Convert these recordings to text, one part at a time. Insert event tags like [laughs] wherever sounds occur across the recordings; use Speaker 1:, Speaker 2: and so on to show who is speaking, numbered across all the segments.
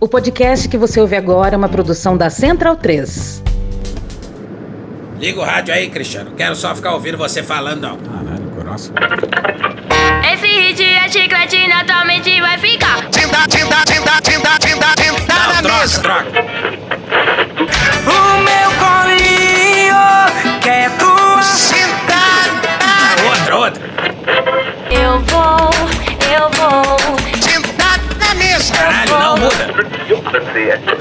Speaker 1: O podcast que você ouve agora é uma produção da Central 3.
Speaker 2: Liga o rádio aí, Cristiano. Quero só ficar ouvindo você falando, não.
Speaker 3: Caralho, grossa.
Speaker 4: Esse hit é chiclete naturalmente vai ficar.
Speaker 5: Tinta, tinta, tinta, tinta, tinta, tinta
Speaker 2: Não,
Speaker 5: na
Speaker 2: troca,
Speaker 5: mesa.
Speaker 2: troca.
Speaker 6: O meu colinho quer tua
Speaker 5: Tinta,
Speaker 2: Outra, outra.
Speaker 4: Eu vou, eu vou.
Speaker 5: tinta na mesa.
Speaker 2: Caralho, não muda.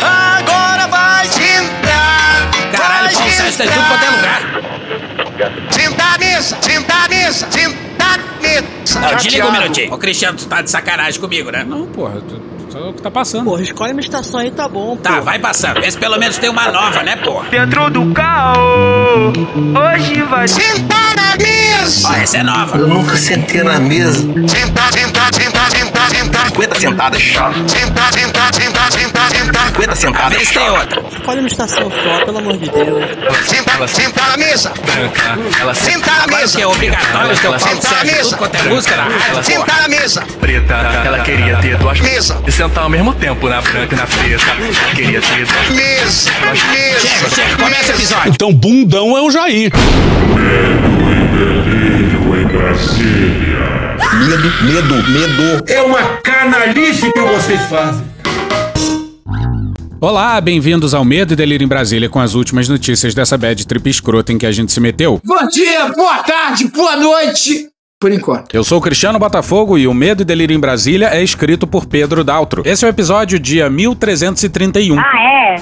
Speaker 5: Agora vai tinta.
Speaker 2: Caralho, Paulo Sérgio tá em tudo quanto é lugar.
Speaker 5: Tinta na mesa, tinta na mesa, tinta na mesa.
Speaker 2: Não, desliga um
Speaker 5: Chateado.
Speaker 2: minutinho. Ô, Cristiano, tu tá de sacanagem comigo, né?
Speaker 3: Não, porra, tu, tu- só o que tá passando.
Speaker 7: Porra, escolhe uma estação aí, tá bom.
Speaker 2: Tá, vai passando. Vê se pelo menos tem uma nova, né, porra?
Speaker 6: dentro do caô. Hoje vai
Speaker 5: Tinta na
Speaker 2: Ó,
Speaker 5: mesa.
Speaker 2: essa é nova.
Speaker 8: Eu nunca sentei na mesa.
Speaker 5: Tinta, tinta, tinta, tinta, tinta.
Speaker 8: 50 sentadas.
Speaker 5: Tinta, tinta, tinta, tinta, tinta.
Speaker 8: 50
Speaker 2: Ah,
Speaker 8: sentadas.
Speaker 2: Vê se tem outra.
Speaker 7: Escolhe uma estação só, pelo amor de Deus.
Speaker 5: Tinta, tinta na mesa.
Speaker 8: Ela
Speaker 5: Tinta na
Speaker 2: Agora o que é
Speaker 5: mesa.
Speaker 2: obrigatório ter o Paulo
Speaker 5: Senta na
Speaker 2: Sérgio tudo
Speaker 5: mesa.
Speaker 2: quanto é música na rádio, porra.
Speaker 5: Tinta na mesa.
Speaker 9: preta. Ela queria ter duas
Speaker 5: Mesa.
Speaker 9: e sentar ao mesmo tempo na branca e na preta. Queria ter duas
Speaker 5: Mesa. Mesa.
Speaker 2: Chega, chega, começa o
Speaker 5: mesa.
Speaker 2: episódio.
Speaker 10: Então, bundão é o Jair.
Speaker 3: Olá, bem-vindos ao Medo e Delírio em Brasília com as últimas notícias dessa bad trip escrota em que a gente se meteu.
Speaker 6: Bom dia, boa tarde, boa noite. Por enquanto.
Speaker 3: Eu sou o Cristiano Botafogo e o Medo e Delírio em Brasília é escrito por Pedro Daltro. Esse é o episódio dia 1331.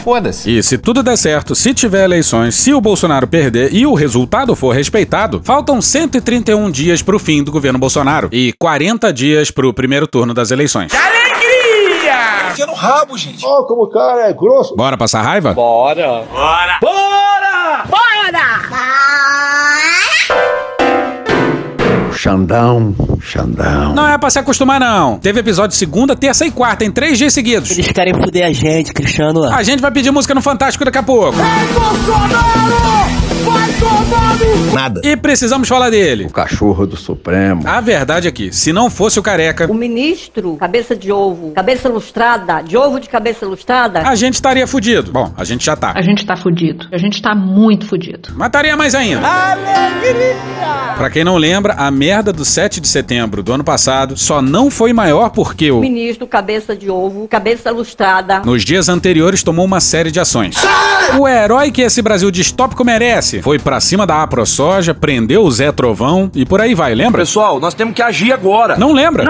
Speaker 8: Foda-se.
Speaker 3: E se tudo der certo, se tiver eleições, se o Bolsonaro perder e o resultado for respeitado, faltam 131 dias pro fim do governo Bolsonaro e 40 dias pro primeiro turno das eleições.
Speaker 10: Ó, como o cara é grosso.
Speaker 3: Bora passar raiva?
Speaker 8: Xandão, Xandão.
Speaker 3: Não é pra se acostumar, não. Teve episódio segunda, terça e quarta, em três dias seguidos.
Speaker 7: Eles querem foder a gente, Cristiano.
Speaker 3: A gente vai pedir música no Fantástico daqui a pouco.
Speaker 8: Nada.
Speaker 3: E precisamos falar dele.
Speaker 8: Cachorro do Supremo.
Speaker 3: A verdade é que, se não fosse o careca,
Speaker 11: O ministro, cabeça de ovo, cabeça lustrada, de ovo de cabeça lustrada,
Speaker 3: a gente estaria fudido. Bom, a gente já tá.
Speaker 11: a gente tá fudido. A gente tá muito fudido.
Speaker 3: Mas estaria mais ainda. Pra quem não lembra, a merda do 7 de setembro do ano passado só não foi maior porque
Speaker 11: O
Speaker 3: o.
Speaker 11: ministro, cabeça de ovo, cabeça lustrada.
Speaker 3: Nos dias anteriores tomou uma série de ações. O herói que esse Brasil distópico merece foi pra cima da AproSoja, prendeu o Zé Trovão e por aí vai, lembra?
Speaker 9: Pessoal, nós temos que agir agora.
Speaker 3: Não lembra?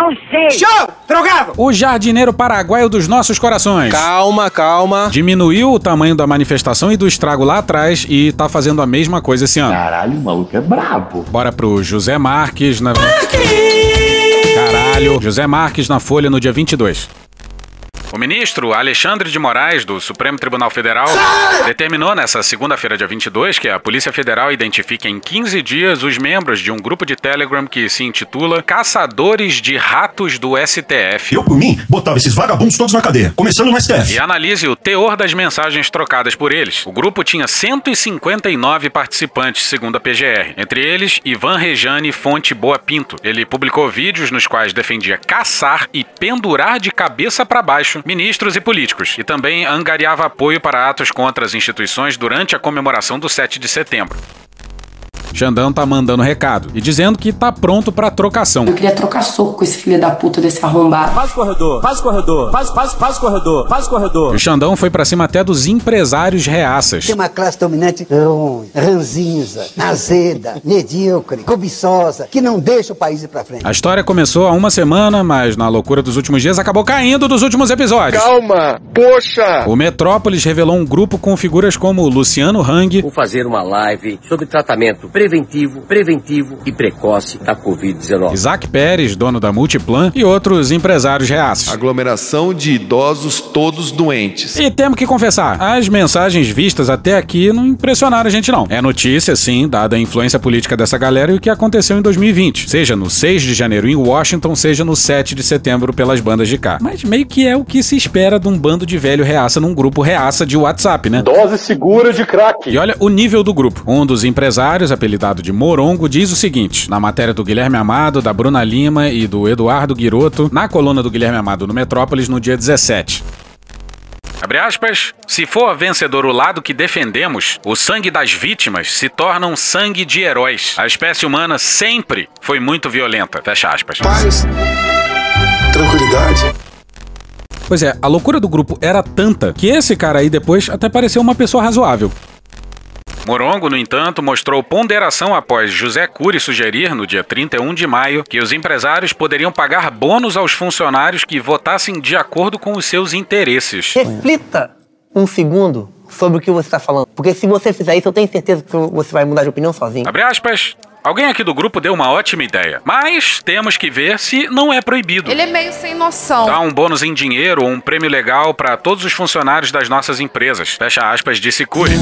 Speaker 6: Show, drogado.
Speaker 3: O jardineiro paraguaio dos nossos corações.
Speaker 9: Calma, calma.
Speaker 3: Diminuiu o tamanho da manifestação e do estrago lá atrás e tá fazendo a mesma coisa esse ano.
Speaker 8: Caralho, o maluco é brabo.
Speaker 3: Bora pro José Marques na. Caralho. José Marques na Folha no dia 22. O ministro Alexandre de Moraes, do Supremo Tribunal Federal, determinou nessa segunda-feira, dia 22, que a Polícia Federal identifique em 15 dias os membros de um grupo de Telegram que se intitula Caçadores de Ratos do STF.
Speaker 10: Eu, por mim, botava esses vagabundos todos na cadeia, começando no
Speaker 3: E
Speaker 10: STF.
Speaker 3: analise o teor das mensagens trocadas por eles. O grupo tinha 159 participantes, segundo a PGR. Entre eles, Ivan Rejane Fonte Boa Pinto. Ele publicou vídeos nos quais defendia caçar e pendurar de cabeça para baixo ministros e políticos. E também angariava apoio para atos contra as instituições durante a comemoração do 7 de setembro. Xandão tá mandando recado e dizendo que tá pronto pra trocação.
Speaker 11: queria trocar soco com esse filho da puta desse arrombado.
Speaker 9: Faz corredor, faz corredor, faz, faz, faz corredor, faz corredor.
Speaker 3: O Xandão foi pra cima até dos empresários reaças.
Speaker 6: Uma classe dominante ruim, ranzinza, azeda, medíocre, cobiçosa, que não deixa o país ir pra frente.
Speaker 3: A história começou há uma semana, mas na loucura dos últimos dias acabou caindo dos últimos episódios.
Speaker 9: Calma, poxa.
Speaker 3: O Metrópolis revelou um grupo com figuras como Luciano Hang,
Speaker 6: Vou fazer uma live sobre tratamento preventivo, preventivo e precoce da Covid-19.
Speaker 3: Isaac Pérez, dono da Multiplan, e outros empresários reaços.
Speaker 9: Aglomeração de idosos todos doentes.
Speaker 3: E temos que confessar, as mensagens vistas até aqui não impressionaram a gente não. É notícia, sim, dada a influência política dessa galera e o que aconteceu em 2020. Seja no 6 de janeiro em Washington, seja no 7 de setembro pelas bandas de cá. Mas meio que é o que se espera de um bando de velho reaça num grupo reaça de WhatsApp, né?
Speaker 10: Dose segura de crack.
Speaker 3: E olha o nível do grupo. Um dos empresários, apelidado de Morongo, diz o seguinte: na matéria do Guilherme Amado, da Bruna Lima e do Eduardo Guiroto, na coluna do Guilherme Amado no Metrópolis, no dia 17. Abre aspas. Se for vencedor o lado que defendemos, o sangue das vítimas se torna um sangue de heróis. A espécie humana sempre foi muito violenta. Fecha aspas.
Speaker 12: Tranquilidade.
Speaker 2: Pois é, a loucura do grupo era tanta que esse cara aí depois até pareceu uma pessoa razoável.
Speaker 3: Morongo, no entanto, mostrou ponderação após José Cury sugerir, no dia 31 de maio, que os empresários poderiam pagar bônus aos funcionários que votassem de acordo com os seus interesses.
Speaker 13: Reflita um segundo sobre o que você está falando. Porque se você fizer isso, eu tenho certeza que você vai mudar de opinião sozinho.
Speaker 3: Abre aspas. Alguém aqui do grupo deu uma ótima ideia, mas temos que ver se não é proibido.
Speaker 14: Ele é meio sem noção.
Speaker 3: Dá um bônus em dinheiro ou um prêmio legal para todos os funcionários das nossas empresas. Fecha aspas, disse Cury.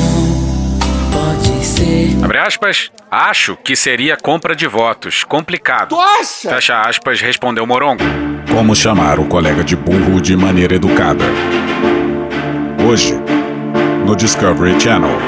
Speaker 3: Abre aspas. Acho que seria compra de votos. Complicado.
Speaker 15: Nossa!
Speaker 3: Fecha aspas, respondeu Morongo.
Speaker 16: Como chamar o colega de burro de maneira educada? Hoje, no Discovery Channel.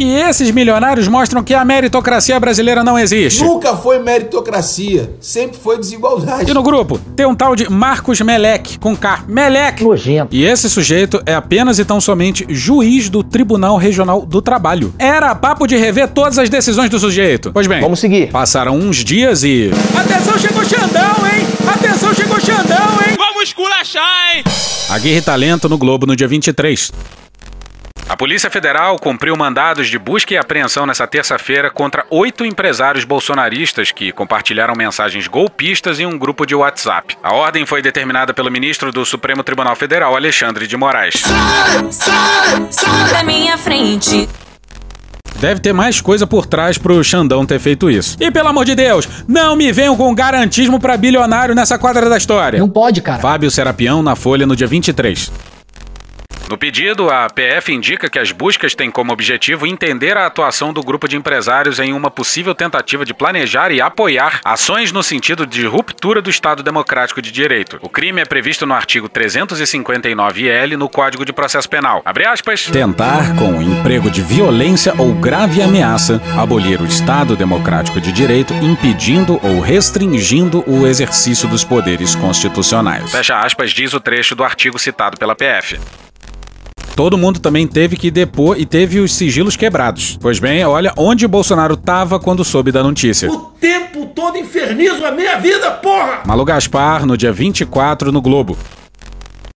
Speaker 2: E esses milionários mostram que a meritocracia brasileira não existe.
Speaker 15: Nunca foi meritocracia, sempre foi desigualdade.
Speaker 2: E no grupo tem um tal de Marcos Melec, com K. Melec! Nojento. E esse sujeito é apenas e tão somente juiz do Tribunal Regional do Trabalho. Era papo de rever todas as decisões do sujeito. Pois bem, vamos seguir. Passaram uns dias e.
Speaker 9: Atenção, chegou Xandão, hein? Atenção, chegou Xandão, hein? Vamos culachar, hein?
Speaker 2: Aguirre Talento no Globo no dia 23.
Speaker 3: A Polícia Federal cumpriu mandados de busca e apreensão nessa terça-feira contra oito empresários bolsonaristas que compartilharam mensagens golpistas em um grupo de WhatsApp. A ordem foi determinada pelo ministro do Supremo Tribunal Federal, Alexandre de Moraes.
Speaker 8: da minha frente.
Speaker 2: Deve ter mais coisa por trás pro Xandão ter feito isso. E pelo amor de Deus, não me venham com garantismo pra bilionário nessa quadra da história. Não pode, cara. Fábio Serapião na Folha no dia 23.
Speaker 3: No pedido, a PF indica que as buscas têm como objetivo entender a atuação do grupo de empresários em uma possível tentativa de planejar e apoiar ações no sentido de ruptura do Estado Democrático de Direito. O crime é previsto no artigo 359-L no Código de Processo Penal. Abre aspas.
Speaker 2: Tentar, com emprego de violência ou grave ameaça, abolir o Estado Democrático de Direito, impedindo ou restringindo o exercício dos poderes constitucionais.
Speaker 3: Fecha aspas, diz o trecho do artigo citado pela PF.
Speaker 2: Todo mundo também teve que depor e teve os sigilos quebrados. Pois bem, olha onde Bolsonaro tava quando soube da notícia.
Speaker 15: tempo todo infernizo a minha vida, porra!
Speaker 2: Malu Gaspar, no dia 24, no Globo.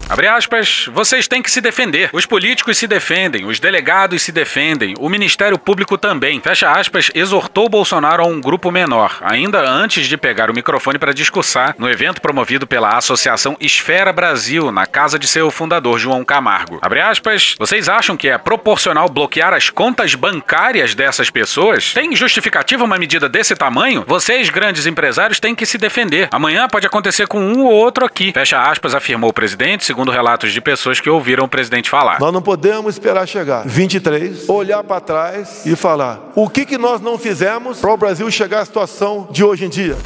Speaker 3: Abre aspas, vocês têm que se defender. Os políticos se defendem, os delegados se defendem, o Ministério Público também. Fecha aspas, exortou Bolsonaro a um grupo menor, ainda antes de pegar o microfone para discursar no evento promovido pela Associação Esfera Brasil, na casa de seu fundador João Camargo. Abre aspas, vocês acham que é proporcional bloquear as contas bancárias dessas pessoas? Tem justificativa uma medida desse tamanho? Vocês, grandes empresários, têm que se defender. Amanhã pode acontecer com um ou outro aqui. Fecha aspas, afirmou o presidente, segundo relatos de pessoas que ouviram o presidente falar.
Speaker 17: Nós não podemos esperar chegar 23, olhar para trás e falar o que, que nós não fizemos para o Brasil chegar à situação de hoje em dia.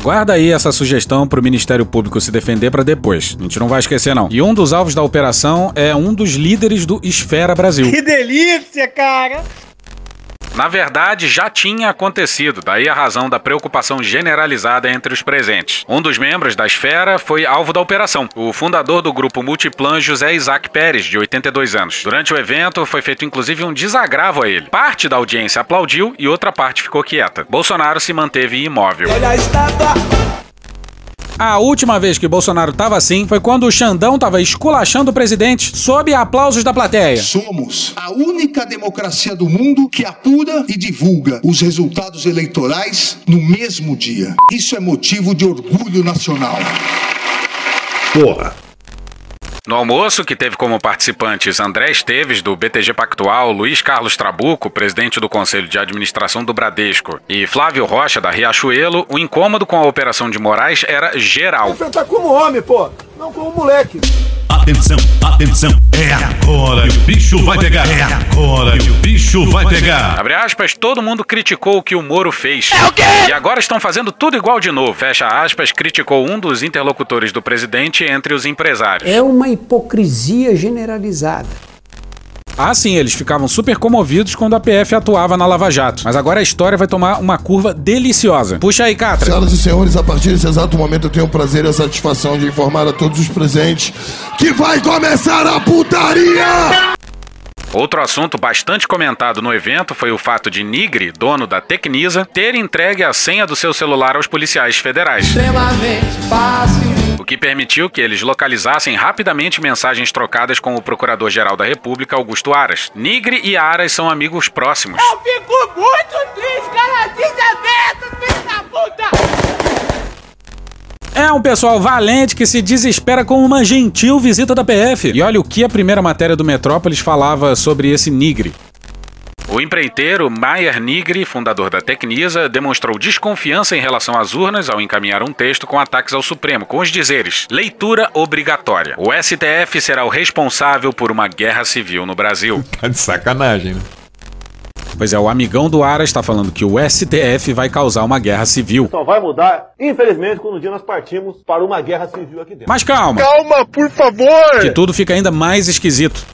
Speaker 2: Guarda aí essa sugestão pro Ministério Público se defender para depois. A gente não vai esquecer não. E um dos alvos da operação é um dos líderes do Esfera Brasil.
Speaker 15: delícia, cara!
Speaker 3: Na verdade, já tinha acontecido, daí a razão da preocupação generalizada entre os presentes. Um dos membros da esfera foi alvo da operação, o fundador do grupo Multiplan José Isaac Pérez, de 82 anos. Durante o evento, foi feito inclusive um desagravo a ele. Parte da audiência aplaudiu e outra parte ficou quieta. Bolsonaro se manteve imóvel.
Speaker 2: A última vez que Bolsonaro tava assim foi quando o Xandão tava esculachando o presidente sob aplausos da plateia.
Speaker 18: Somos a única democracia do mundo que apura e divulga os resultados eleitorais no mesmo dia. Isso é motivo de orgulho nacional.
Speaker 3: Porra. No almoço, que teve como participantes André Esteves, do BTG Pactual, Luiz Carlos Trabuco, presidente do Conselho de Administração do Bradesco, e Flávio Rocha, da Riachuelo, o incômodo com a operação de Moraes era geral.
Speaker 15: Enfrentar como homem, pô, não como moleque.
Speaker 19: Atenção, atenção. É agora que o bicho vai pegar. É agora que o bicho vai pegar.
Speaker 3: Abre aspas, todo mundo criticou o que o Moro fez. É o quê? E agora estão fazendo tudo igual de novo. Fecha aspas, criticou um dos interlocutores do presidente entre os empresários.
Speaker 20: É uma hipocrisia generalizada.
Speaker 2: Ah, sim, eles ficavam super comovidos quando a PF atuava na Lava Jato. Mas agora a história vai tomar uma curva deliciosa. Puxa aí, Catra.
Speaker 12: Senhoras e senhores, a partir desse exato momento eu tenho o prazer e a satisfação de informar a todos os presentes que vai começar a putaria!
Speaker 3: Outro assunto bastante comentado no evento foi o fato de Nigri, dono da Tecnisa, ter entregue a senha do seu celular aos policiais federais.
Speaker 14: Extremamente fácil.
Speaker 3: O que permitiu que eles localizassem rapidamente mensagens trocadas com o Procurador-Geral da República, Augusto Aras. Nigri e Aras são amigos próximos.
Speaker 14: Eu fico muito triste, cara, desaberto, filho da puta!
Speaker 2: É um pessoal valente que se desespera com uma gentil visita da PF. E olha o que a primeira matéria do Metrópolis falava sobre esse nigre.
Speaker 3: O empreiteiro Maier Nigri, fundador da Tecnisa, demonstrou desconfiança em relação às urnas ao encaminhar um texto com ataques ao Supremo, com os dizeres: leitura obrigatória. O STF será o responsável por uma guerra civil no Brasil.
Speaker 2: [laughs] Tá de sacanagem, né? Pois é, o amigão do Aras está falando que o STF vai causar uma guerra civil.
Speaker 20: Só vai mudar, infelizmente, quando um dia nós partimos para uma guerra civil aqui dentro.
Speaker 2: Mas calma,
Speaker 20: Calma, por favor!
Speaker 2: que tudo fica ainda mais esquisito.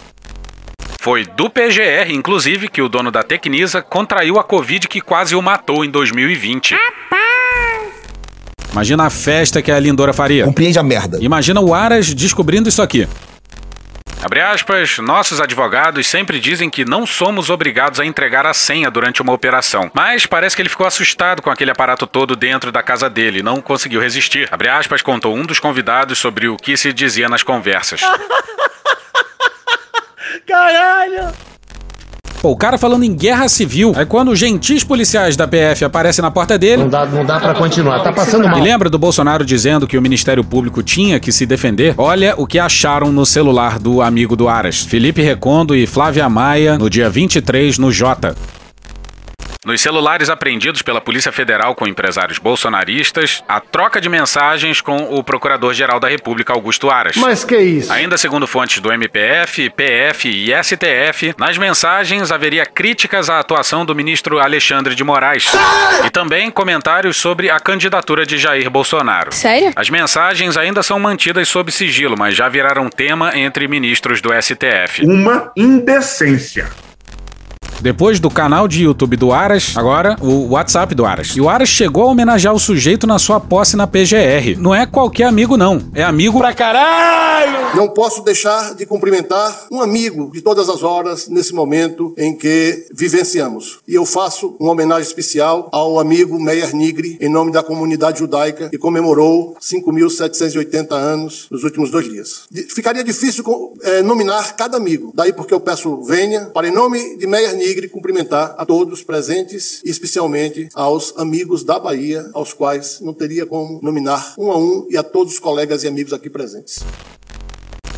Speaker 3: Foi do PGR, inclusive, que o dono da Tecnisa contraiu a Covid que quase o matou em 2020.
Speaker 2: Imagina a festa que a Lindora faria. Compreende a merda. Imagina o Aras descobrindo isso aqui.
Speaker 3: Abre aspas, nossos advogados sempre dizem que não somos obrigados a entregar a senha durante uma operação. Mas parece que ele ficou assustado com aquele aparato todo dentro da casa dele, e não conseguiu resistir. Abre aspas, contou um dos convidados sobre o que se dizia nas conversas.
Speaker 14: Caralho!
Speaker 2: Pô, o cara falando em guerra civil. Aí quando os gentis policiais da PF aparecem na porta dele. Não dá, não dá pra continuar, tá
Speaker 21: passando mal.
Speaker 2: E lembra do Bolsonaro dizendo que o Ministério Público tinha que se defender? Olha o que acharam no celular do amigo do Aras, Felipe Recondo e Flávia Maia, no dia 23, no Jota.
Speaker 3: Nos celulares apreendidos pela Polícia Federal com empresários bolsonaristas, a troca de mensagens com o Procurador-Geral da República, Augusto Aras.
Speaker 22: Mas que isso?
Speaker 3: Ainda segundo fontes do MPF, PF e STF, nas mensagens haveria críticas à atuação do ministro Alexandre de Moraes e também comentários sobre a candidatura de Jair Bolsonaro.
Speaker 23: Sério?
Speaker 3: As mensagens ainda são mantidas sob sigilo, mas já viraram tema entre ministros do STF.
Speaker 2: Uma indecência. Depois do canal de YouTube do Aras, agora o WhatsApp do Aras. E o Aras chegou a homenagear o sujeito na sua posse na PGR. Não é qualquer amigo, não. É amigo. Pra caralho!
Speaker 12: Não posso deixar de cumprimentar um amigo de todas as horas nesse momento em que vivenciamos. E eu faço uma homenagem especial ao amigo Meyer Nigri, em nome da comunidade judaica, que comemorou 5.780 anos nos últimos dois dias. Di- Ficaria difícil co- eh, nominar cada amigo, daí porque eu peço venha, para em nome de Meyer Nigri, cumprimentar a todos presentes e especialmente aos amigos da Bahia, aos quais não teria como nominar um a um, e a todos os colegas e amigos aqui presentes.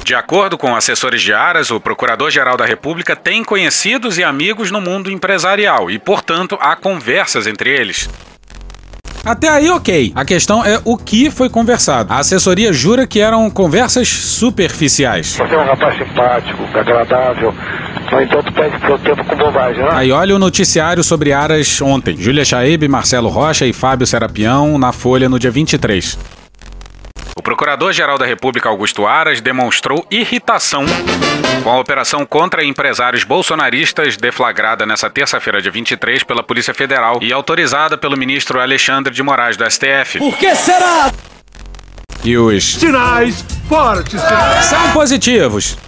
Speaker 3: De acordo com assessores de Aras, o Procurador-Geral da República tem conhecidos e amigos no mundo empresarial e, portanto, há conversas entre eles.
Speaker 2: Até aí, ok. A questão é o que foi conversado. A assessoria jura que eram conversas superficiais.
Speaker 24: Você é um rapaz simpático, agradável. No entanto, perde seu tempo com bobagem, né?
Speaker 2: Aí olha o noticiário sobre Aras ontem. Júlia Chaib, Marcelo Rocha e Fábio Serapião na Folha no dia 23.
Speaker 3: O Procurador-Geral da República, Augusto Aras, demonstrou irritação com a operação contra empresários bolsonaristas deflagrada nessa terça-feira, dia 23, pela Polícia Federal e autorizada pelo ministro Alexandre de Moraes do STF.
Speaker 2: Por que será? E os
Speaker 3: Sinais fortes!
Speaker 2: são positivos.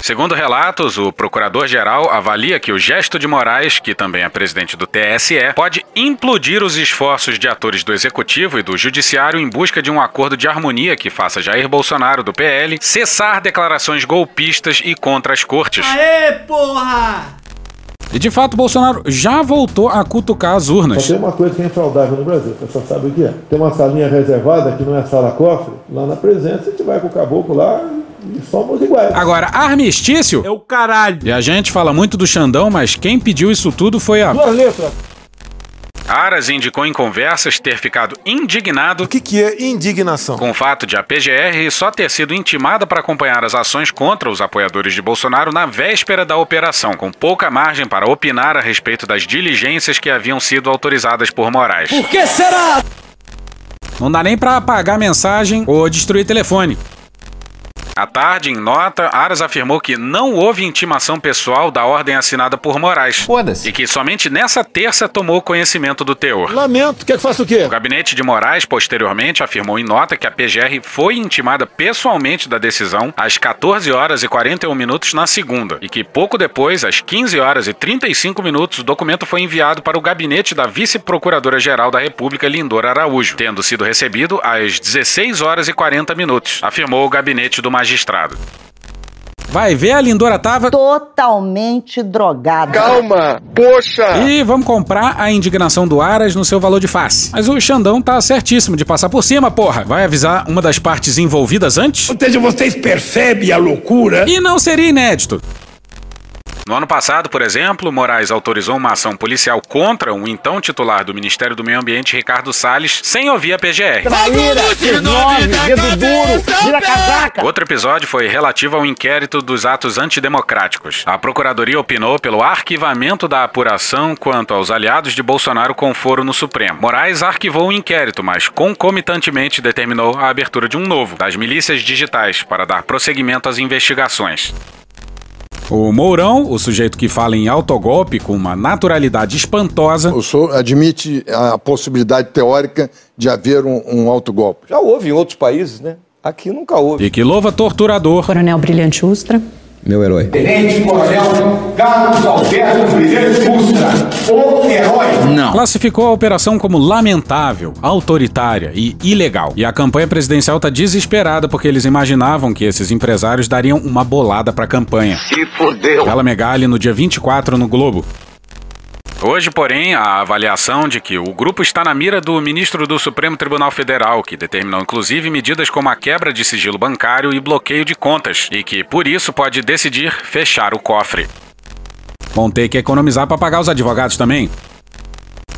Speaker 3: Segundo relatos, o procurador-geral avalia que o gesto de Moraes, que também é presidente do TSE, pode implodir os esforços de atores do executivo e do judiciário em busca de um acordo de harmonia que faça Jair Bolsonaro, do PL, cessar declarações golpistas e contra as cortes.
Speaker 14: Aê, porra!
Speaker 2: E de fato, Bolsonaro já voltou a cutucar as urnas.
Speaker 25: Só tem uma coisa que é infraudável no Brasil, que só sabe o que é. Tem uma salinha reservada que não é sala cofre, lá na presença a gente vai com o caboclo lá e somos iguais.
Speaker 2: Agora, armistício? É o caralho. E a gente fala muito do Xandão, mas quem pediu isso tudo foi a.
Speaker 25: Duas letras.
Speaker 3: Aras indicou em conversas ter ficado indignado. O
Speaker 25: que, que é indignação?
Speaker 3: Com o fato de a PGR só ter sido intimada para acompanhar as ações contra os apoiadores de Bolsonaro na véspera da operação, com pouca margem para opinar a respeito das diligências que haviam sido autorizadas por Moraes.
Speaker 2: Por que será? Não dá nem pra apagar mensagem ou destruir telefone.
Speaker 3: À tarde, em nota, Aras afirmou que não houve intimação pessoal da ordem assinada por Moraes. E que somente nessa terça tomou conhecimento do teor.
Speaker 10: Lamento, quer que faça o quê?
Speaker 3: O gabinete de Moraes, posteriormente, afirmou em nota que a PGR foi intimada pessoalmente da decisão às 14 horas e 41 minutos na segunda, e que pouco depois, às 15 horas e 35 minutos, o documento foi enviado para o gabinete da vice-procuradora-geral da República, Lindora Araújo, tendo sido recebido às 16 horas e 40 minutos, afirmou o gabinete do magistrado.
Speaker 2: Vai ver, a Lindora tava.
Speaker 26: Totalmente drogada.
Speaker 2: Calma, poxa! E vamos comprar a indignação do Aras no seu valor de face. Mas o Xandão tá certíssimo de passar por cima, porra. Vai avisar uma das partes envolvidas antes? Ou seja, vocês percebem a loucura? E não seria inédito. No ano passado, por exemplo, Moraes autorizou uma ação policial contra um então titular do Ministério do Meio Ambiente, Ricardo Salles, sem ouvir a PGR.
Speaker 14: Traíra, nove, dedo duro, vira casaca.
Speaker 3: Outro episódio foi relativo ao inquérito dos atos antidemocráticos. A Procuradoria opinou pelo arquivamento da apuração quanto aos aliados de Bolsonaro com foro no Supremo. Moraes arquivou o inquérito, mas concomitantemente determinou a abertura de um novo, das milícias digitais, para dar prosseguimento às investigações.
Speaker 2: O Mourão, o sujeito que fala em autogolpe com uma naturalidade espantosa.
Speaker 27: O senhor admite a possibilidade teórica de haver um, um autogolpe?
Speaker 4: Já houve em outros países, né? Aqui nunca houve.
Speaker 2: E que louva torturador.
Speaker 5: Coronel Brilhante Ustra.
Speaker 4: Meu herói.
Speaker 27: Tenente Coronel Carlos Alberto Brilhante Ustra, o herói.
Speaker 2: Não. Classificou a operação como lamentável, autoritária e ilegal. E a campanha presidencial tá desesperada porque eles imaginavam que esses empresários dariam uma bolada pra campanha. Se fodeu. Ela Megali no dia 24 no Globo. Hoje, porém, a avaliação de que o grupo está na mira do ministro do Supremo Tribunal Federal, que determinou inclusive medidas como a quebra de sigilo bancário e bloqueio de contas, e que por isso pode decidir fechar o cofre. Vão ter que economizar para pagar os advogados também.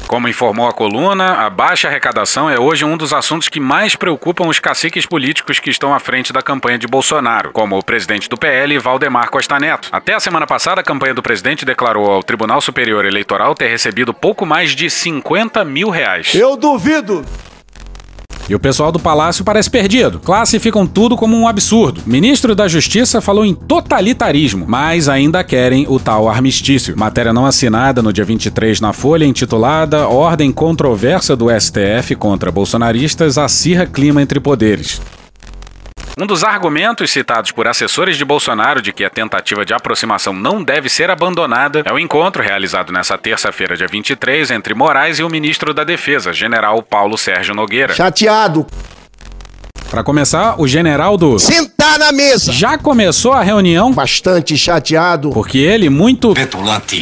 Speaker 2: Como informou a coluna, a baixa arrecadação é hoje um dos assuntos que mais preocupam os caciques políticos que estão à frente da campanha de Bolsonaro, como o presidente do PL, Valdemar Costa Neto. Até a semana passada, a campanha do presidente declarou ao Tribunal Superior Eleitoral ter recebido pouco mais de 50 mil reais.
Speaker 27: Eu duvido!
Speaker 2: E o pessoal do Palácio parece perdido. Classificam tudo como um absurdo. O ministro da Justiça falou em totalitarismo, mas ainda querem o tal armistício. Matéria não assinada no dia 23 na Folha, intitulada Ordem Controversa do STF contra Bolsonaristas acirra clima entre poderes. Um dos argumentos citados por assessores de Bolsonaro de que a tentativa de aproximação não deve ser abandonada é o encontro realizado nessa terça-feira, dia 23, entre Moraes e o ministro da Defesa, general Paulo Sérgio Nogueira.
Speaker 27: Chateado.
Speaker 2: Para começar, o general do
Speaker 27: Sentar na mesa.
Speaker 2: já começou a reunião
Speaker 27: bastante chateado
Speaker 2: porque ele muito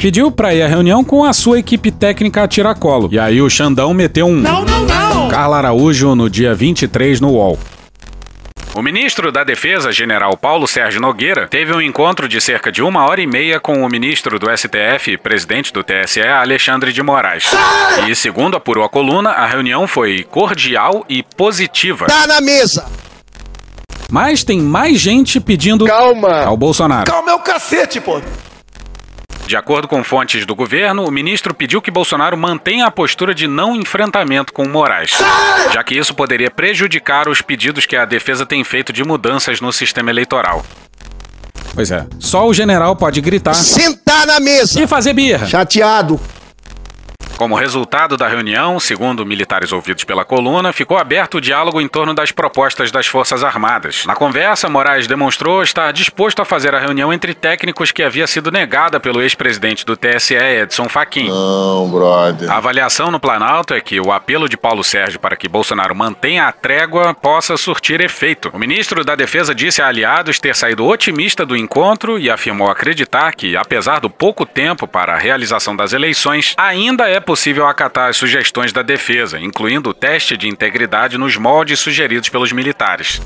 Speaker 2: pediu para ir à reunião com a sua equipe técnica a tiracolo. E aí o Xandão meteu um
Speaker 14: Não, não, não.
Speaker 2: Carla Araújo no dia 23 no UOL. O ministro da Defesa, general Paulo Sérgio Nogueira, teve um encontro de cerca de uma hora e meia com o ministro do STF e presidente do TSE, Alexandre de Moraes. E, segundo apurou a coluna, a reunião foi cordial e positiva.
Speaker 27: Tá na mesa.
Speaker 2: Mas tem mais gente pedindo calma ao Bolsonaro.
Speaker 27: Calma é o cacete, pô.
Speaker 3: De acordo com fontes do governo, o ministro pediu que Bolsonaro mantenha a postura de não enfrentamento com Moraes, já que isso poderia prejudicar os pedidos que a defesa tem feito de mudanças no sistema eleitoral.
Speaker 2: Pois é, só o general pode gritar
Speaker 27: Sentar na mesa.
Speaker 2: e fazer birra.
Speaker 27: Chateado.
Speaker 3: Como resultado da reunião, segundo militares ouvidos pela coluna, ficou aberto o diálogo em torno das propostas das Forças Armadas. Na conversa, Moraes demonstrou estar disposto a fazer a reunião entre técnicos que havia sido negada pelo ex-presidente do TSE, Edson Fachin.
Speaker 27: Não, brother.
Speaker 3: A avaliação no Planalto é que o apelo de Paulo Sérgio para que Bolsonaro mantenha a trégua possa surtir efeito. O ministro da Defesa disse a aliados ter saído otimista do encontro e afirmou acreditar que, apesar do pouco tempo para a realização das eleições, ainda é possível acatar as sugestões da defesa, incluindo o teste de integridade nos moldes sugeridos pelos militares.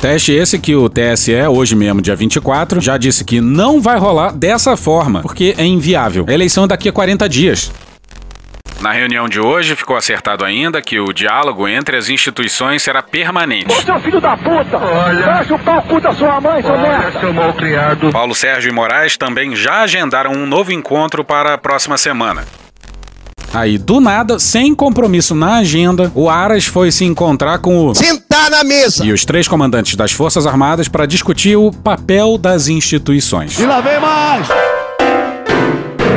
Speaker 2: Teste esse que o TSE, hoje mesmo, dia 24, já disse que não vai rolar dessa forma, porque é inviável. A eleição é daqui a 40 dias.
Speaker 3: Na reunião de hoje, ficou acertado ainda que o diálogo entre as instituições será permanente.
Speaker 14: seu filho da puta! Olha! Vai chupar o cu da sua mãe, seu merda! seu malcriado!
Speaker 3: Paulo Sérgio e Moraes também já agendaram um novo encontro para a próxima semana.
Speaker 2: Aí, do nada, sem compromisso na agenda, o Aras foi se encontrar com o.
Speaker 5: Sentar na mesa!
Speaker 2: E os três comandantes das Forças Armadas para discutir o papel das instituições.
Speaker 5: E lá vem mais!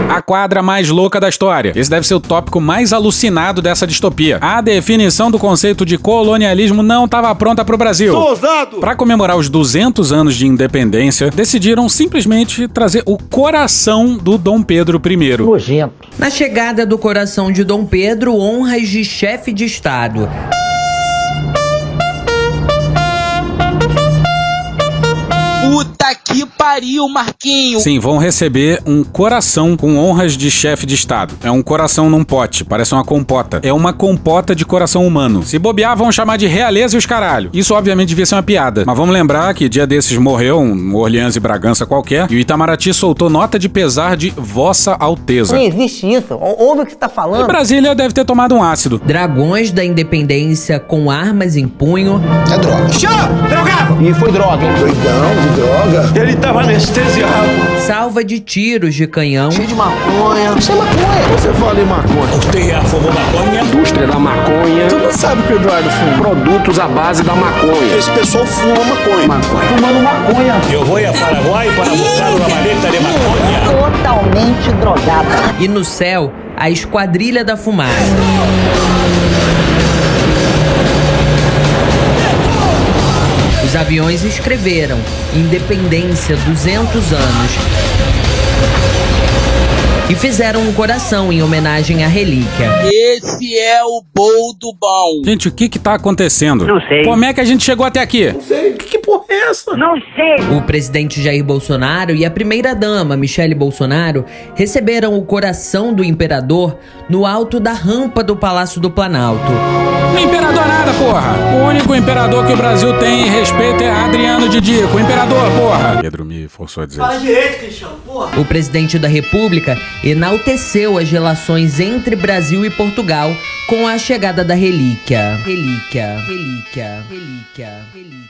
Speaker 2: A quadra mais louca da história. Esse deve ser o tópico mais alucinado dessa distopia. A definição do conceito de colonialismo não estava pronta para o Brasil.
Speaker 5: Sou ousado!
Speaker 2: Para comemorar os 200 anos de independência, decidiram simplesmente trazer o coração do Dom Pedro I. Nojento.
Speaker 6: Na chegada do coração de Dom Pedro, honras de chefe de Estado.
Speaker 28: Puta que pariu, Marquinho!
Speaker 2: Sim, vão receber um coração com honras de chefe de estado. É um coração num pote, parece uma compota. É uma compota de coração humano. Se bobear, vão chamar de realeza e os caralho. Isso obviamente devia ser uma piada. Mas vamos lembrar que dia desses morreu um Orleans e Bragança qualquer e o Itamaraty soltou nota de pesar de Vossa Alteza.
Speaker 13: Não existe isso. O- Ouve o que você tá falando.
Speaker 2: E Brasília deve ter tomado um ácido.
Speaker 6: Dragões da Independência com armas em punho. É droga.
Speaker 5: Drogado! E foi droga. Doidão de droga. Ele tava anestesiado.
Speaker 6: Salva de tiros de canhão.
Speaker 5: De maconha. Isso é maconha. Você fala em maconha. O terra fumou maconha. Indústria da maconha. Tu não sabe o que o Eduardo fuma. Produtos à base da maconha. Esse pessoal fuma maconha. Maconha. Fumando maconha. Eu vou a Paraguai para buscar uma maleta de maconha.
Speaker 26: Totalmente drogada.
Speaker 6: E no céu, a Esquadrilha da Fumaça. Os aviões escreveram Independência 200 anos. E fizeram um coração em homenagem à relíquia.
Speaker 28: Esse é o bol do bom.
Speaker 2: Gente, o que que tá acontecendo? Não sei. Como é que a gente chegou até aqui? Não sei. Que porra é essa?
Speaker 28: Não sei.
Speaker 6: O presidente Jair Bolsonaro e a primeira-dama, Michele Bolsonaro, receberam o coração do imperador no alto da rampa do Palácio do Planalto.
Speaker 2: Imperador nada, porra! O único imperador que o Brasil tem e respeita é Adriano Didico. Imperador, porra! Pedro me forçou a dizer.
Speaker 6: direito, Cristiano, porra! O presidente da República enalteceu as relações entre Brasil e Portugal com a chegada da relíquia. Relíquia, relíquia, relíquia, relíquia.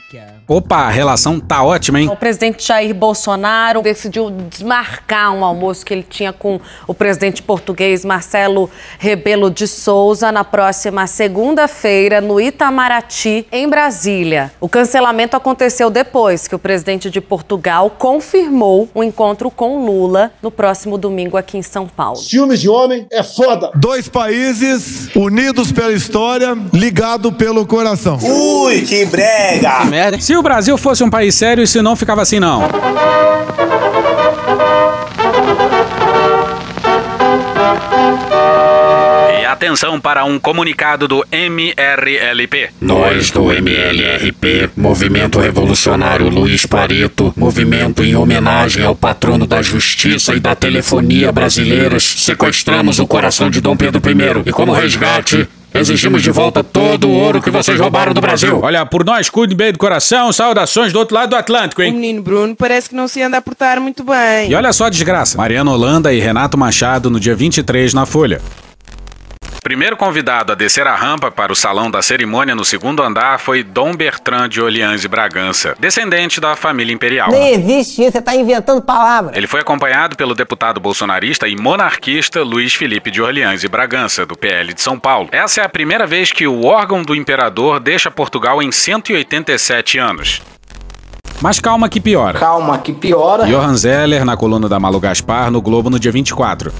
Speaker 2: Opa, a relação tá ótima, hein?
Speaker 1: O presidente Jair Bolsonaro decidiu desmarcar um almoço que ele tinha com o presidente português Marcelo Rebelo de Souza na próxima segunda-feira no Itamaraty, em Brasília. O cancelamento aconteceu depois que o presidente de Portugal confirmou o encontro com Lula no próximo domingo aqui em São Paulo.
Speaker 17: Filmes de homem é foda. Dois países unidos pela história, ligado pelo coração. Ui, que brega!
Speaker 2: Merda. Se o Brasil fosse um país sério, isso não ficava assim, não.
Speaker 3: E atenção para um comunicado do MRLP.
Speaker 21: Nós do MLRP, Movimento Revolucionário Luiz Pareto, movimento em homenagem ao patrono da justiça e da telefonia brasileiras, sequestramos o coração de Dom Pedro I e, como
Speaker 2: Hum.
Speaker 21: resgate, exigimos de volta todo o ouro que vocês roubaram do Brasil.
Speaker 2: Olha, por nós, cuide bem do coração, saudações do outro lado do Atlântico, hein?
Speaker 22: menino Bruno parece que não se anda a portar muito bem.
Speaker 2: E olha só a desgraça. Mariana Holanda e Renato Machado no dia 23 na Folha.
Speaker 3: Primeiro convidado a descer a rampa para o salão da cerimônia no segundo andar foi Dom Bertrand de Orleans e Bragança, descendente da família imperial.
Speaker 13: Nem existe isso. Você tá inventando palavras.
Speaker 3: Ele foi acompanhado pelo deputado bolsonarista e monarquista Luiz Felipe de Orleans e Bragança, do PL de São Paulo. Essa é a primeira vez que o órgão do imperador deixa Portugal em 187 anos.
Speaker 2: Mas calma que piora.
Speaker 23: Calma que piora.
Speaker 2: Johan Zeller na coluna da Malu Gaspar no Globo no dia 24.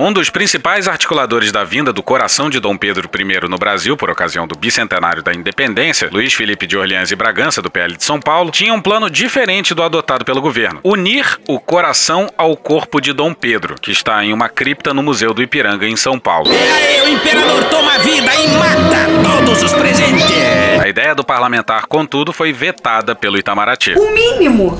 Speaker 3: Um dos principais articuladores da vinda do coração de Dom Pedro I no Brasil por ocasião do bicentenário da independência, Luiz Felipe de Orleans e Bragança, do PL de São Paulo, tinha um plano diferente do adotado pelo governo: unir o coração ao corpo de Dom Pedro, que está em uma cripta no Museu do Ipiranga, em São Paulo.
Speaker 28: O imperador toma vida e mata todos os presentes.
Speaker 3: A ideia do parlamentar, contudo, foi vetada pelo Itamaraty.
Speaker 1: mínimo!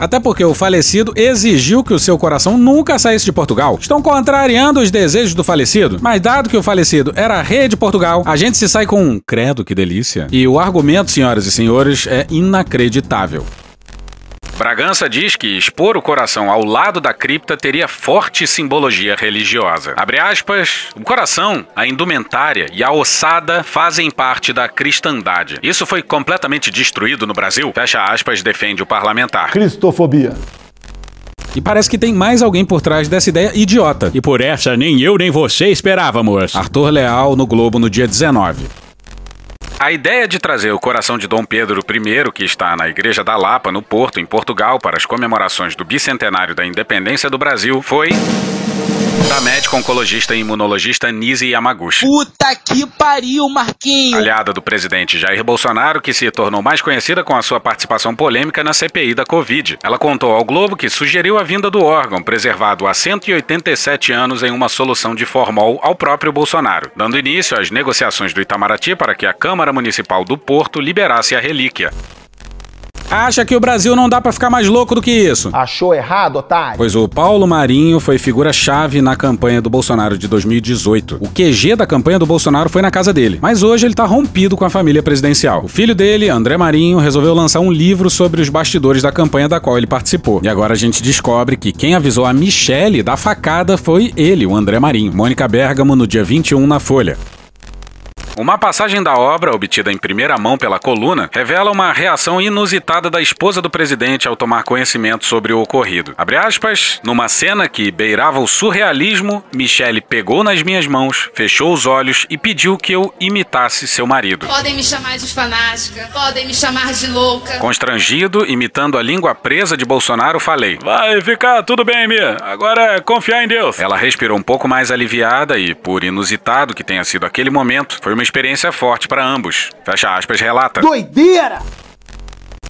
Speaker 2: Até porque o falecido exigiu que o seu coração nunca saísse de Portugal. Estão contrariando os desejos do falecido. Mas dado que o falecido era rei de Portugal, a gente se sai com um credo que delícia. E o argumento, senhoras e senhores, é inacreditável.
Speaker 3: Bragança diz que expor o coração ao lado da cripta teria forte simbologia religiosa. Abre aspas, o coração, a indumentária e a ossada fazem parte da cristandade. Isso foi completamente destruído no Brasil? Fecha aspas, defende o parlamentar.
Speaker 17: Cristofobia.
Speaker 2: E parece que tem mais alguém por trás dessa ideia idiota. E por essa nem eu nem você esperávamos. Arthur Leal no Globo no dia 19. A ideia de trazer o coração de Dom Pedro I, que está na Igreja da Lapa, no Porto, em Portugal, para as comemorações do bicentenário da independência do Brasil, foi. da médica oncologista e imunologista Nise Yamaguchi.
Speaker 11: Puta que pariu, Marquinho!
Speaker 3: Aliada do presidente Jair Bolsonaro, que se tornou mais conhecida com a sua participação polêmica na CPI da Covid. Ela contou ao Globo que sugeriu a vinda do órgão, preservado há 187 anos em uma solução de formol ao próprio Bolsonaro, dando início às negociações do Itamaraty para que a Câmara Municipal do Porto liberasse a relíquia.
Speaker 2: Acha que o Brasil não dá pra ficar mais louco do que isso?
Speaker 9: Achou errado, otário?
Speaker 2: Pois o Paulo Marinho foi figura-chave na campanha do Bolsonaro de 2018. O QG da campanha do Bolsonaro foi na casa dele, mas hoje ele tá rompido com a família presidencial. O filho dele, André Marinho, resolveu lançar um livro sobre os bastidores da campanha da qual ele participou. E agora a gente descobre que quem avisou a Michelle da facada foi ele, o André Marinho. Mônica Bergamo, no dia 21, na Folha. Uma passagem da obra, obtida em primeira mão pela coluna, revela uma reação inusitada da esposa do presidente ao tomar conhecimento sobre o ocorrido. Abre aspas, numa cena que beirava o surrealismo, Michele pegou nas minhas mãos, fechou os olhos e pediu que eu imitasse seu marido.
Speaker 15: Podem me chamar de fanática, podem me chamar de louca.
Speaker 3: Constrangido, imitando a língua presa de Bolsonaro, falei: Vai ficar tudo bem, Mia. Agora é confiar em Deus. Ela respirou um pouco mais aliviada e, por inusitado que tenha sido aquele momento, foi uma experiência forte para ambos. Fecha aspas, relata.
Speaker 2: Doideira!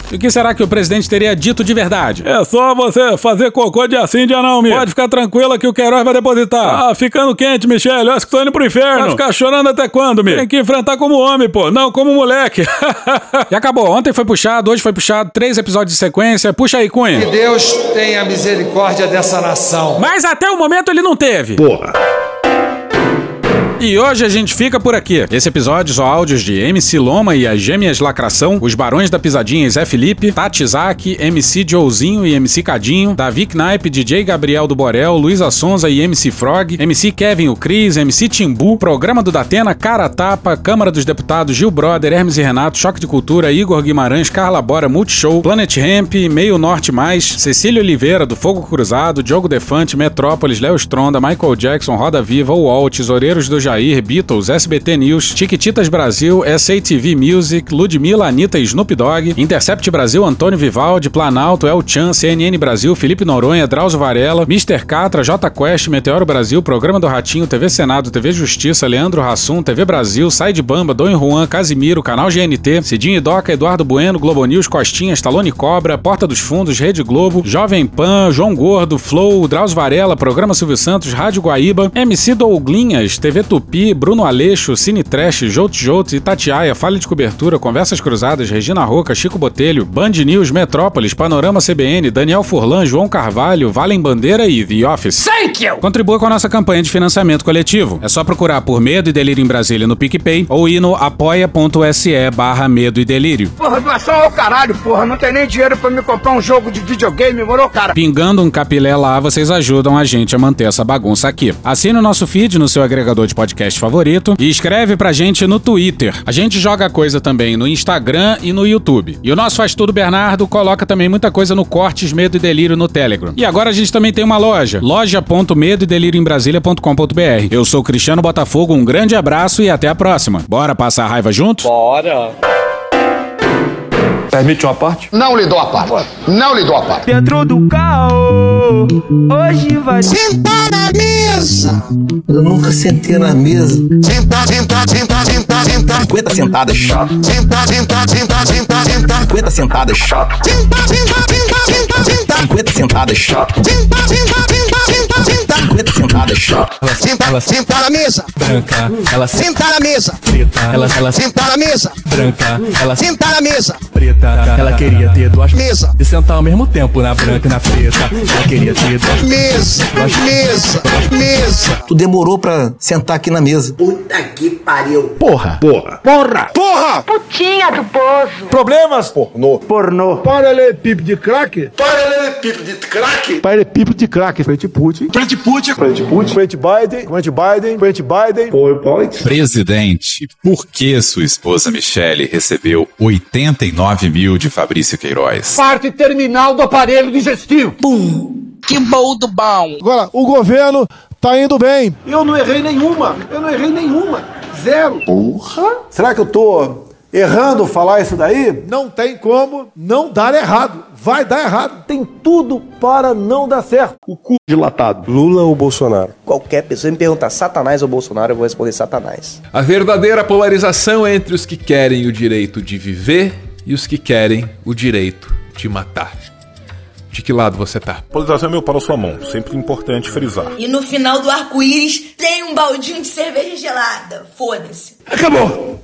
Speaker 2: E o que será que o presidente teria dito de verdade? É só você fazer cocô de assim de anão, Mia. Pode ficar tranquila que o Queiroz vai depositar. Ah, ficando quente, Michelle. Acho que tô indo pro inferno. Vai ficar chorando até quando, Mia? Tem que enfrentar como homem, pô. Não como moleque. [laughs] e acabou. Ontem foi puxado, hoje foi puxado. Três episódios de sequência. Puxa aí, Cunha.
Speaker 16: Que Deus tenha misericórdia dessa nação.
Speaker 2: Mas até o momento ele não teve. Porra. E hoje a gente fica por aqui. Esse episódio são áudios de MC Loma e as Gêmeas Lacração, os Barões da Pisadinha e Zé Felipe, Tati Zaki, MC Joezinho e MC Cadinho, Davi Knipe, DJ Gabriel do Borel, Luísa Sonza e MC Frog, MC Kevin o Cris, MC Timbu, Programa do Datena, Cara Tapa, Câmara dos Deputados, Gil Brother, Hermes e Renato, Choque de Cultura, Igor Guimarães, Carla Bora, Multishow, Planet Ramp, Meio Norte Mais, Cecília Oliveira do Fogo Cruzado, Diogo Defante, Metrópolis, Léo Stronda, Michael Jackson, Roda Viva, UOL, Tesoureiros do Jair, Beatles, SBT News, Tiquititas Brasil, SATV Music, Ludmilla, Anitta e Snoop Dogg, Intercept Brasil, Antônio Vivaldi, Planalto, El Chan, CNN Brasil, Felipe Noronha, Drauzio Varela, Mr. Catra, J Quest, Meteoro Brasil, Programa do Ratinho, TV Senado, TV Justiça, Leandro Hassum, TV Brasil, Sai de Bamba, Dom Juan, Casimiro, Canal GNT, Cidinho e Doca, Eduardo Bueno, Globo News, Costinha, Stallone Cobra, Porta dos Fundos, Rede Globo, Jovem Pan, João Gordo, Flow, Drauzio Varela, Programa Silvio Santos, Rádio Guaíba, MC Douglinhas, TV Tupi, Bruno Aleixo, Cine Trash, Jout Jout, Itatiaia, Falha de Cobertura, Conversas Cruzadas, Regina Roca, Chico Botelho, Band News, Metrópolis, Panorama CBN, Daniel Furlan, João Carvalho, Valem Bandeira e The Office. Thank you! Contribua com a nossa campanha de financiamento coletivo. É só procurar por Medo e Delírio em Brasília no PicPay ou ir no apoia.se barra Medo e Delírio.
Speaker 8: Porra, doação ao caralho, porra. Não tem nem dinheiro pra me comprar um jogo de videogame, moro, cara?
Speaker 2: Pingando um capilé lá, vocês ajudam a gente a manter essa bagunça aqui. Assine o nosso feed no seu agregador de podcast favorito e escreve pra gente no Twitter. A gente joga coisa também no Instagram e no YouTube. E o nosso Faz Tudo Bernardo coloca também muita coisa no Cortes Medo e Delírio no Telegram. E agora a gente também tem uma loja, loja.medoedelirioembrasilha.com.br. Eu sou Cristiano Botafogo, um grande abraço e até a próxima. Bora passar a raiva junto? Bora!
Speaker 18: Permite uma parte?
Speaker 8: Não lhe dou a parte. Não lhe dou a parte.
Speaker 18: Dentro do carro, hoje vai.
Speaker 8: Sentar na mesa.
Speaker 23: Eu nunca sentei na mesa.
Speaker 8: Sentar, sentar, sentar, sentar, sentar.
Speaker 23: 50 sentadas chato.
Speaker 8: Sentar, sentar, sentar, sentar, sentar.
Speaker 23: 50 sentadas chato.
Speaker 8: Sentar, sentar, sentar, sentar, sentar.
Speaker 23: 50 sentadas chato.
Speaker 8: Sentar, sentar, sentar, sentar, sentar.
Speaker 23: 50 sentadas chato.
Speaker 8: Sentar, sentar na mesa.
Speaker 18: Branca, ela
Speaker 8: Sentar na mesa.
Speaker 18: preta, ela, ela
Speaker 8: Sentar na mesa.
Speaker 18: branca, ela
Speaker 8: Sentar na mesa.
Speaker 18: preta, ela queria ter duas
Speaker 8: Mesa.
Speaker 18: e sentar ao mesmo tempo na branca e na preta. Ela queria ter duas
Speaker 8: Mesa. Mesa. Mesa.
Speaker 23: Tu demorou pra sentar aqui na mesa.
Speaker 8: Puta que pariu.
Speaker 18: Porra.
Speaker 8: Porra. Porra. Porra.
Speaker 4: é
Speaker 15: Putinha do poço.
Speaker 8: Problemas. Pornô.
Speaker 18: Pornô.
Speaker 8: Paralelepípedo de crack. Paralelepípedo de crack.
Speaker 18: Paralelepípedo de crack. Frente Putin.
Speaker 8: Frente Putin. Frente Putin. Frente Biden. Frente Biden. Frente Biden. PowerPoint.
Speaker 29: Presidente, por que sua esposa Michele recebeu 89 mil de Fabrício Queiroz?
Speaker 8: Parte terminal do aparelho digestivo. Pum.
Speaker 30: que bom do bom.
Speaker 8: Agora, o governo tá indo bem.
Speaker 31: Eu não errei nenhuma. Eu não errei nenhuma. Zero.
Speaker 8: Porra! Será que eu tô errando falar isso daí? Não tem como não dar errado. Vai dar errado. Tem tudo para não dar certo. O cu
Speaker 32: Dilatado. Lula ou Bolsonaro?
Speaker 6: Qualquer pessoa me perguntar Satanás ou Bolsonaro, eu vou responder Satanás.
Speaker 32: A verdadeira polarização é entre os que querem o direito de viver e os que querem o direito de matar. De que lado você tá?
Speaker 33: Polarização é meu para sua mão, sempre importante frisar.
Speaker 34: E no final do arco-íris tem um baldinho de cerveja gelada. Foda-se.
Speaker 33: Acabou!